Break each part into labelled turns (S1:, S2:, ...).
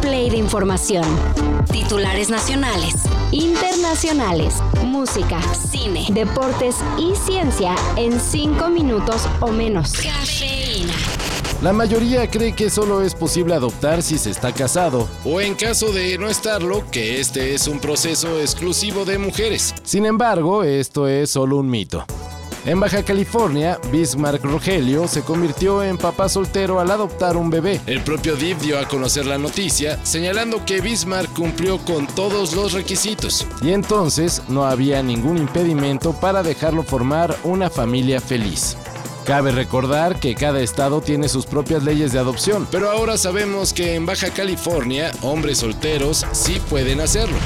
S1: play de información. Titulares nacionales, internacionales, música, cine, deportes y ciencia en 5 minutos o menos. Cafeína.
S2: La mayoría cree que solo es posible adoptar si se está casado, o en caso de no estarlo, que este es un proceso exclusivo de mujeres. Sin embargo, esto es solo un mito. En Baja California, Bismarck Rogelio se convirtió en papá soltero al adoptar un bebé. El propio Div dio a conocer la noticia, señalando que Bismarck cumplió con todos los requisitos. Y entonces no había ningún impedimento para dejarlo formar una familia feliz. Cabe recordar que cada estado tiene sus propias leyes de adopción, pero ahora sabemos que en Baja California hombres solteros sí pueden hacerlo.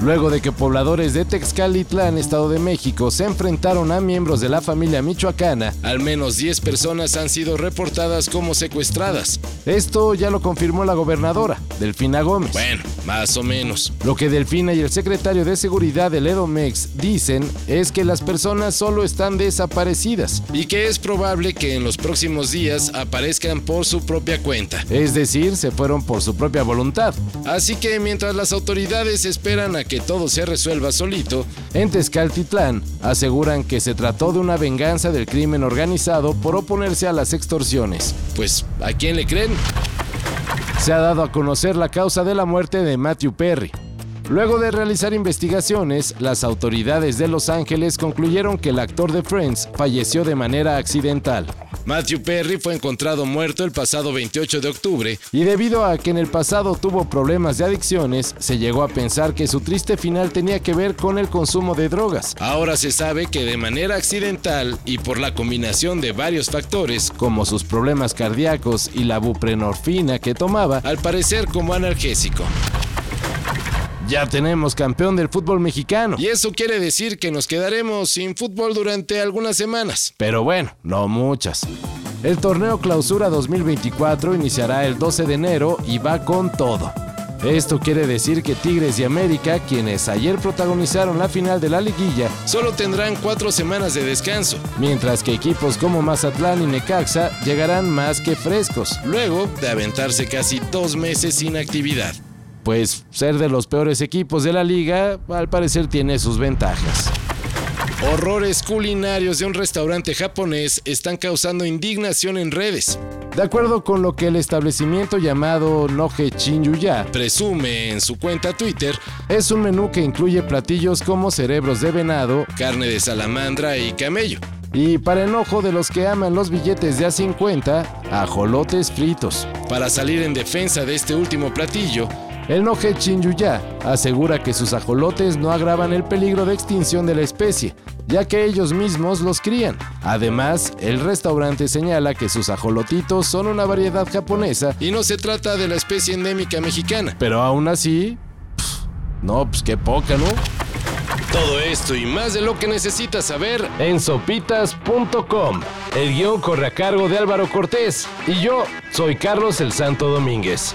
S2: Luego de que pobladores de Texcalitlán, Estado de México, se enfrentaron a miembros de la familia michoacana, al menos 10 personas han sido reportadas como secuestradas. Esto ya lo confirmó la gobernadora, Delfina Gómez. Bueno, más o menos. Lo que Delfina y el secretario de Seguridad del EDOMEX dicen es que las personas solo están desaparecidas y que es probable que en los próximos días aparezcan por su propia cuenta. Es decir, se fueron por su propia voluntad. Así que mientras las autoridades esperan a que todo se resuelva solito, en Tezcaltitlán aseguran que se trató de una venganza del crimen organizado por oponerse a las extorsiones. Pues, ¿a quién le creen? Se ha dado a conocer la causa de la muerte de Matthew Perry. Luego de realizar investigaciones, las autoridades de Los Ángeles concluyeron que el actor de Friends falleció de manera accidental. Matthew Perry fue encontrado muerto el pasado 28 de octubre y debido a que en el pasado tuvo problemas de adicciones, se llegó a pensar que su triste final tenía que ver con el consumo de drogas. Ahora se sabe que de manera accidental y por la combinación de varios factores, como sus problemas cardíacos y la buprenorfina que tomaba, al parecer como analgésico. Ya tenemos campeón del fútbol mexicano. Y eso quiere decir que nos quedaremos sin fútbol durante algunas semanas. Pero bueno, no muchas. El torneo Clausura 2024 iniciará el 12 de enero y va con todo. Esto quiere decir que Tigres y América, quienes ayer protagonizaron la final de la liguilla, solo tendrán cuatro semanas de descanso, mientras que equipos como Mazatlán y Necaxa llegarán más que frescos, luego de aventarse casi dos meses sin actividad pues ser de los peores equipos de la liga al parecer tiene sus ventajas. Horrores culinarios de un restaurante japonés están causando indignación en redes. De acuerdo con lo que el establecimiento llamado Nohe Chinyuya presume en su cuenta Twitter, es un menú que incluye platillos como cerebros de venado, carne de salamandra y camello. Y para enojo de los que aman los billetes de A50, ajolotes fritos. Para salir en defensa de este último platillo, el Noje Chinyuya asegura que sus ajolotes no agravan el peligro de extinción de la especie, ya que ellos mismos los crían. Además, el restaurante señala que sus ajolotitos son una variedad japonesa y no se trata de la especie endémica mexicana. Pero aún así, pff, no, pues qué poca, ¿no? Todo esto y más de lo que necesitas saber en sopitas.com. El guión corre a cargo de Álvaro Cortés y yo soy Carlos el Santo Domínguez.